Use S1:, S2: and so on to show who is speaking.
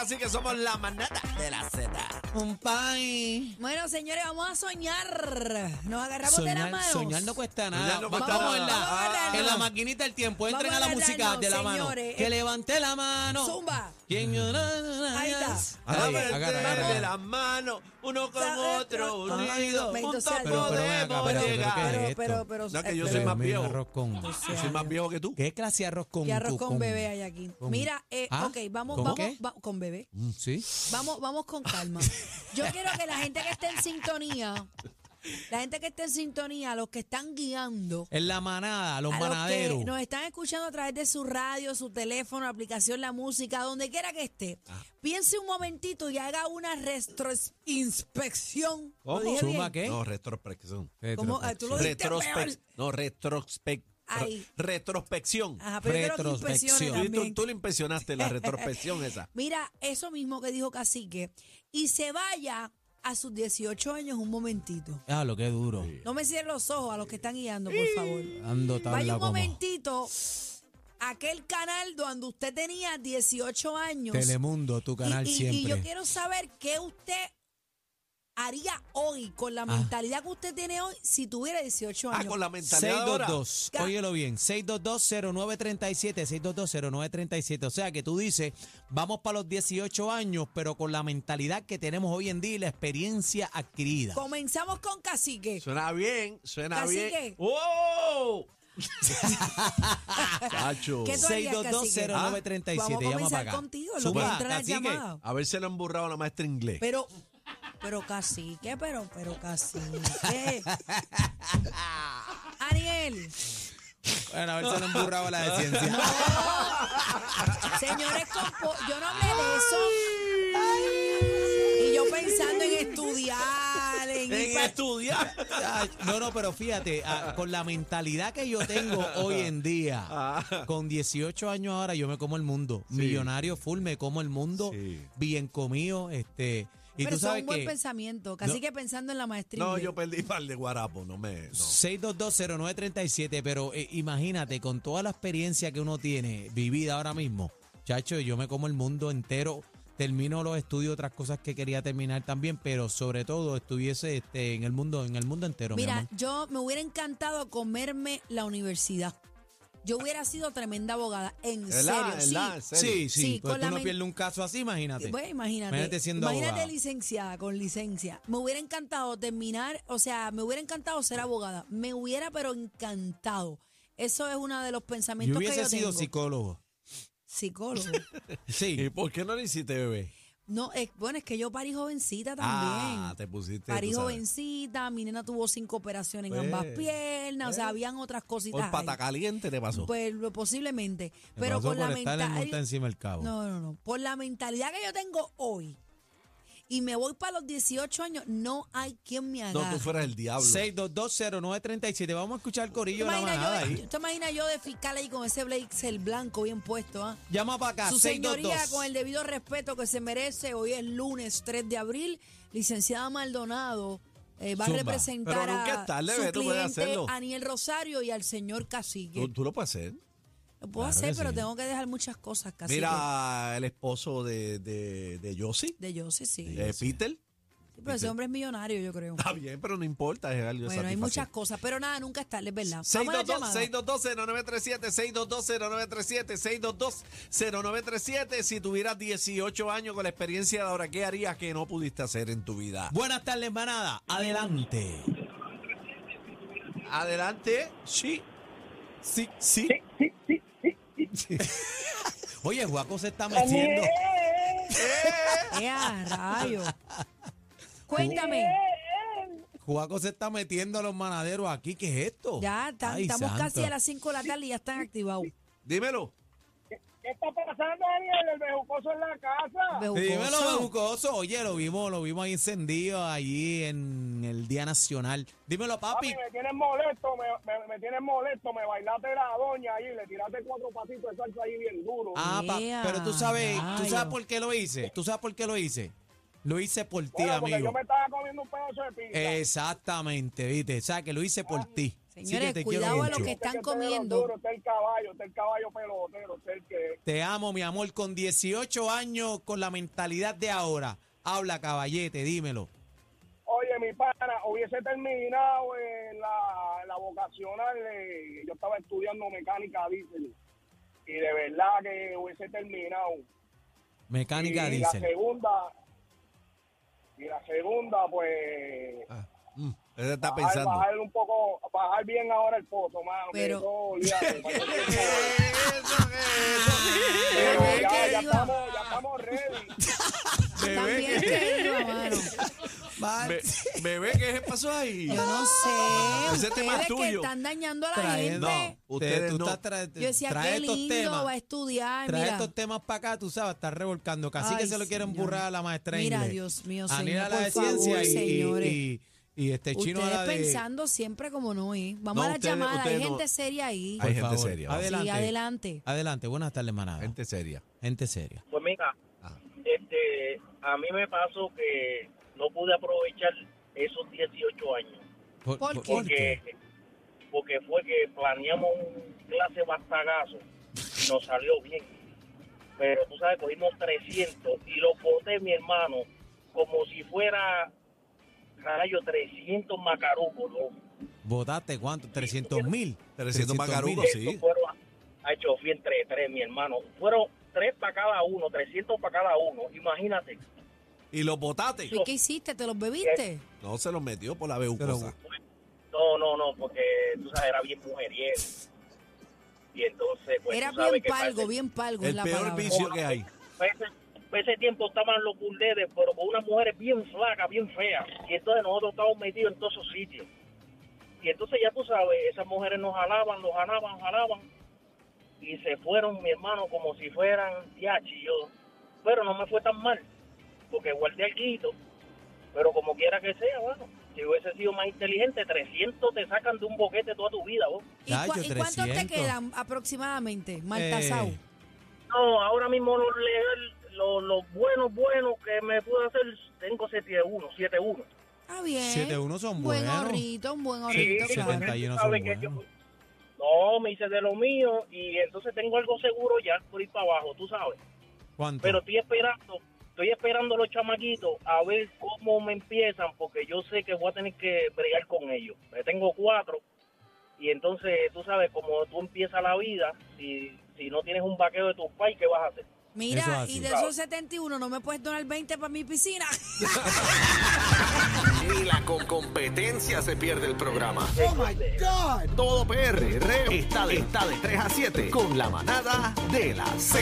S1: así que somos la manada de la Z.
S2: Un pay.
S3: Bueno, señores, vamos a soñar. Nos agarramos de la
S2: Soñar,
S3: mano.
S2: soñar no cuesta nada.
S1: Soñar no
S2: vamos
S1: cuesta nada.
S2: en,
S3: Vamos a
S2: la,
S3: ganarnos.
S2: en la maquinita del tiempo. Entren
S3: Vamos
S2: a la
S3: a
S2: música
S3: ganarnos,
S2: de la mano.
S3: señores.
S2: Que levante la mano.
S3: Zumba.
S2: ¿Quién yo-
S3: Ahí está.
S1: A
S2: Ahí,
S1: ver,
S2: agarra, agarra.
S1: de las manos, uno con
S3: Sabe,
S1: otro,
S3: pero-
S1: unido,
S3: Bendito
S1: juntos
S3: sea Dios.
S2: Pero, pero, ven acá,
S1: podemos
S2: pero, pero,
S1: llegar.
S2: ¿qué
S3: Pero,
S2: es esto?
S3: pero, pero.
S1: No, que
S3: eh,
S1: yo
S3: pero-
S1: soy
S2: Dios
S1: más
S2: mío,
S1: viejo.
S2: arroz con-
S1: Yo soy más viejo que tú.
S2: ¿Qué clase de arroz con
S3: ¿Qué arroz
S2: tú,
S3: con bebé hay aquí?
S2: con-
S3: Mira, eh,
S2: Ah,
S3: ok, vamos,
S2: ¿con
S3: vamos,
S2: qué?
S3: va- con bebé.
S2: Mm, Sí.
S3: Vamos, vamos con calma. Yo quiero que la gente que esté en sintonía, la gente que esté en sintonía, los que están guiando,
S2: En la manada, los
S3: a
S2: manaderos.
S3: los que nos están escuchando a través de su radio, su teléfono, aplicación, la música, donde quiera que esté,
S2: Ah.
S3: piense un momentito y haga una inspección.
S2: ¿Cómo? ¿Suma qué?
S1: No, retrospección.
S2: Este
S3: ¿Cómo? Ah, tú lo dijiste
S1: Retrospec
S3: peor.
S1: no, retrospec
S3: Ay.
S1: retrospección.
S3: Ajá, pero yo creo que inspecciones
S2: Retrospección.
S1: Sí, tú,
S3: también.
S1: tú le impresionaste la retrospección esa.
S3: Mira, eso mismo que dijo Cacique. Y se vaya a sus 18 años un momentito.
S2: Ah, lo que duro.
S3: No me cierren los ojos a los que están guiando, por favor.
S2: Ando tabla
S3: Vaya un
S2: como-
S3: momentito a aquel canal donde usted tenía 18 años.
S2: Telemundo, tu
S3: Y-
S2: canal
S3: y, y
S2: siempre.
S3: yo quiero saber qué usted haría hoy con la mentalidad que usted tiene hoy si tuviera 18
S1: Ah,
S3: años.
S1: con la mentalidad ahora.
S2: 622,
S3: Ga-
S2: óyelo bien, 622-0937, 622-0937. O sea que tú dices, vamos para los 18 años, pero con la mentalidad que tenemos hoy en día y la experiencia adquirida.
S3: Comenzamos con Cacique.
S1: Suena bien, suena
S3: Cacique.
S1: bien. ¡Oh! ¡Wow! Chacho.
S3: ¿Qué tú harías, Cacique? Ah.
S2: 622-0937,
S3: Vamos a
S2: llama para
S3: comenzar
S2: acá.
S3: contigo, lo
S2: Zumba,
S3: que entra la
S2: cacique.
S3: llamada.
S1: A ver si le han burrado a la maestra inglés.
S3: Pero, pero cacique, pero, pero cacique. Ariel,
S2: Bueno, a ver si no emburraba la de ciencia.
S3: señores, compo- yo no hablé de eso. Y yo pensando en estudiar, en, ir
S1: en
S3: pa-
S1: estudiar.
S2: Ay, No, no, pero fíjate, ah, con la mentalidad que yo tengo hoy en día, con 18 años ahora, yo me como el mundo. Millonario full, me como el mundo,
S1: Sí.
S2: bien comido, este. Y
S3: Pero
S2: tú
S3: eso es
S2: sabes
S3: un buen
S2: que
S3: pensamiento. Cacique pensando en la maestría.
S1: No, yo perdí par de guarapo, no me. no.
S2: 6220937, pero eh, imagínate, con toda la experiencia que uno tiene vivida ahora mismo, chacho, yo me como el mundo entero, termino los estudios, otras cosas que quería terminar también, pero sobre todo estuviese este, en el mundo, en el mundo entero, mi
S3: Mira,
S2: amor.
S3: yo me hubiera encantado comerme la universidad. Yo hubiera sido tremenda abogada, en serio.
S1: ¿Verdad?
S3: sí.
S1: ¿Verdad? ¿En serio?
S2: Sí, sí,
S3: Sí,
S2: pues
S3: con
S2: tú
S3: la
S2: no
S3: men-
S2: pierdes un caso así, imagínate.
S3: Bueno, imagínate.
S2: Imagínate siendo
S3: imagínate
S2: abogada.
S3: licenciada, con licencia. Me hubiera encantado terminar, o sea, me hubiera encantado ser abogada. Me hubiera, pero encantado. Eso es uno de los
S2: Yo
S3: pensamientos que
S2: hubiese
S3: yo
S2: sido
S3: tengo.
S2: psicólogo.
S3: Psicólogo.
S1: ¿Y
S2: Sí.
S1: por qué no lo hiciste, bebé?
S3: No, es, bueno, es que yo parí jovencita también.
S1: Ah, te pusiste.
S3: parí
S1: tú sabes,
S3: jovencita, mi nena tuvo cinco operaciones en ambas piernas, o sea, habían otras cositas.
S1: Por pata
S3: ahí.
S1: caliente te pasó.
S3: Pues lo- posiblemente.
S2: Me
S3: Pero
S2: pasó
S3: con la
S2: por estar en monta
S3: mentalidad.
S2: encima del cabo.
S3: No, no, no. Por la mentalidad que yo tengo hoy y me voy para los 18 años, no hay quien me
S1: no,
S3: haga.
S1: tú fueras el diablo.
S2: 6220937, vamos a escuchar el
S3: ¿Te
S2: corillo de la manada
S3: imaginas,
S2: ahí.
S3: yo, ¿Te imaginas yo de fiscal ahí con ese blazer blanco bien puesto? ah?
S2: Llama para acá,
S3: Su señoría,
S2: 622.
S3: con el debido respeto que se merece, hoy es lunes 3 de abril, licenciada Maldonado eh, va
S2: Zumba.
S3: a representar
S1: Pero nunca es tarde,
S3: a su
S1: ve, tú puedes
S3: cliente
S1: hacerlo.
S3: Aniel Rosario y al señor
S1: Tú,
S3: Cacique.
S1: tú lo puedes hacer.
S3: Lo puedo
S2: Claro
S3: hacer,
S2: que
S3: pero
S2: sí.
S3: tengo que dejar muchas cosas, Cacique.
S1: Mira el esposo de, de, de Yossi,
S3: De yo, sí, sí.
S1: de Eh, Peter. Ah,
S3: Sí, pero ese hombre es millonario, yo creo.
S1: Está bien, pero no importa, es algo
S3: Bueno, hay muchas cosas, pero nada, nunca es tarde, es verdad. Vamos a la llamada.
S1: 622-0937, 622-0937, 622-0937. Si tuvieras 18 años con la experiencia de ahora, ¿qué harías que no pudiste hacer en tu vida?
S2: Buenas tardes, manada. Adelante.
S1: Adelante. Sí. Sí, sí.
S2: Oye, Juaco se está metiendo.
S4: eh,
S3: ¡Eh, a rayo!
S4: eh,
S3: Cuéntame,
S2: Juaco se está metiendo a los manaderos aquí. ¿Qué es esto?
S3: ya ta-
S2: Ay,
S3: estamos
S2: santo.
S3: casi a las 5 de la tarde y ya están activados.
S1: Dímelo.
S4: ¿Qué está pasando, Ariel? El bejucoso en la casa.
S2: Dímelo,
S3: Bejucoso.
S2: Bejucoso. Oye, lo vimos, lo vimos ahí encendido allí en el Día Nacional. Dímelo, papi.
S4: Papi, me tienes molesto, me, me, me tienes molesto. Me bailaste la doña ahí, le tiraste cuatro pasitos de salsa ahí bien duro.
S2: Ah, pa-
S3: Ea,
S2: pero tú sabes, tú sabes
S3: rayos.
S2: por qué lo hice. Tú sabes por qué lo hice. Lo hice por ti,
S4: Bueno, porque
S2: amigo.
S4: yo me estaba comiendo un pedazo de pizza. Este
S2: Exactamente, viste. O sea, que lo hice por ti.
S3: Señores,
S2: te quiero
S3: cuidado a
S2: mucho.
S3: los que
S4: Usted
S3: están
S4: es de los
S3: comiendo.
S4: duros, Usted es este el caballo, usted es el caballo pelotero, usted es el que...
S2: Te amo, mi amor, con 18 años, con la mentalidad de ahora. Habla, caballete, dímelo.
S4: Oye, mi pana, hubiese terminado en la, en la vocacional, eh, yo estaba estudiando mecánica diésel, y de verdad que hubiese terminado.
S2: Mecánica
S4: y la
S2: diésel.
S4: segunda, y la segunda, pues...
S1: Ah, mm, ese está
S4: bajar,
S1: pensando.
S4: bajar un poco, bajar bien ahora el pozo, mano. que
S3: Pero-
S4: eso, olvídate, para que-
S1: Eso,
S4: Pero
S1: eso.
S4: ya, ya
S3: Iba.
S4: estamos, ya estamos ready.
S3: También este, que iba, mano.
S2: Va-
S1: Be- Bebé, ¿qué es- pasó ahí?
S3: Yo no
S2: Ah.
S3: sé.
S1: Ese tema es
S3: ustedes que
S1: tuyo.
S3: están dañando a la
S2: Trayendo-
S3: gente.
S1: No, ustedes
S2: tú
S1: no.
S2: estás tra-
S3: Yo decía,
S2: trae
S3: qué
S2: estos
S3: lindo
S2: temas,
S3: va a estudiar.
S2: trae
S3: mira.
S2: estos temas para acá, tú sabes, estás revolcando. Casi
S3: Ay,
S2: que se lo quieren
S3: señor.
S2: burrar a la maestra
S3: Mira,
S2: inglés.
S3: Dios mío,
S2: A Nina
S3: señor,
S2: la de
S3: por favor,
S2: ciencia y- y,
S3: señores.
S2: y- y este chino a
S3: ustedes
S2: la de...
S3: pensando siempre como no, ¿eh? Vamos
S1: No,
S3: a la
S1: ustedes-
S3: llamada. Hay
S1: ustedes no.
S3: gente seria ahí.
S1: Hay
S2: Por
S1: gente
S2: favor,
S1: seria.
S3: Sí,
S2: Adelante.
S3: adelante.
S2: Adelante, buenas tardes, manada. Gente,
S1: Gente seria.
S2: seria.
S5: Pues mira,
S1: Ajá.
S5: este, a mí me pasó que no pude aprovechar esos 18 años.
S3: ¿Por qué?
S5: Porque, porque fue que planeamos un clase bastagazo. y Nos salió bien. Pero tú sabes, cogimos 300 y lo boté, mi hermano, como si fuera, carayo, 300 macarucos, ¿no?
S2: ¿Votaste cuánto? 300 mil.
S1: 300 macarucos,
S5: Estos
S1: sí.
S5: fueron, ha hecho bien tres, tres, mi hermano. Fueron tres para cada uno, 300 para cada uno. Imagínate.
S1: Y los botates.
S3: ¿Y qué hiciste? ¿Te los bebiste?
S1: No se los metió por la
S2: Se
S1: beucosa.
S2: los-
S5: No, no, no, porque tú sabes, era bien mujeriego. Y entonces, pues.
S3: Era
S5: tú sabes
S3: bien
S5: que para
S3: palgo,
S5: ese-
S3: bien palgo es
S1: El
S3: la
S1: peor
S3: palabra.
S1: vicio que hay.
S5: Para Pues ese, para ese tiempo estaban los burdeles, pero con unas mujeres bien flacas, bien feas. Y entonces nosotros estábamos metidos en todos esos sitios. Y entonces, ya tú sabes, esas mujeres nos jalaban, nos jalaban, jalaban. Y se fueron, mi hermano, como si fueran yachi. Yo, pero no me fue tan mal, porque guardé el guito. Pero como quiera que sea, bueno, si hubiese sido más inteligente, 300 te sacan de un boquete toda tu vida, vos.
S3: ¿Y, cua-
S2: Chacho,
S3: y cuántos te
S2: 300.
S3: quedan aproximadamente, Maltasau?
S2: Eh,
S5: No, ahora mismo los legal, los, los buenos, buenos que me pude hacer, tengo 7-1, 7-1.
S3: Ah, bien.
S2: 7-1 son
S3: Buen
S2: buenos.
S3: ahorrito, un buen ahorrito,
S2: sí,
S3: claro.
S2: 71
S5: Tú sabes
S2: son
S5: que yo-
S2: buenos.
S5: No, me hice de lo mío y entonces tengo algo seguro ya por ir para abajo, tú sabes.
S2: ¿Cuánto?
S5: Pero estoy esperando, estoy esperando los chamaquitos a ver cómo me empiezan, porque yo sé que voy a tener que bregar con ellos. Yo tengo cuatro y entonces tú sabes, como tú empiezas la vida, si, si no tienes un vaqueo de tus pais, ¿qué vas a hacer?
S2: Eso es
S3: Mira,
S2: así.
S3: y de esos 71, ¿no me puedes donar 20 para mi piscina?
S6: Ni la con competencia se pierde el programa. Todo PR está de, está de 3 a 7 con la manada de la Z.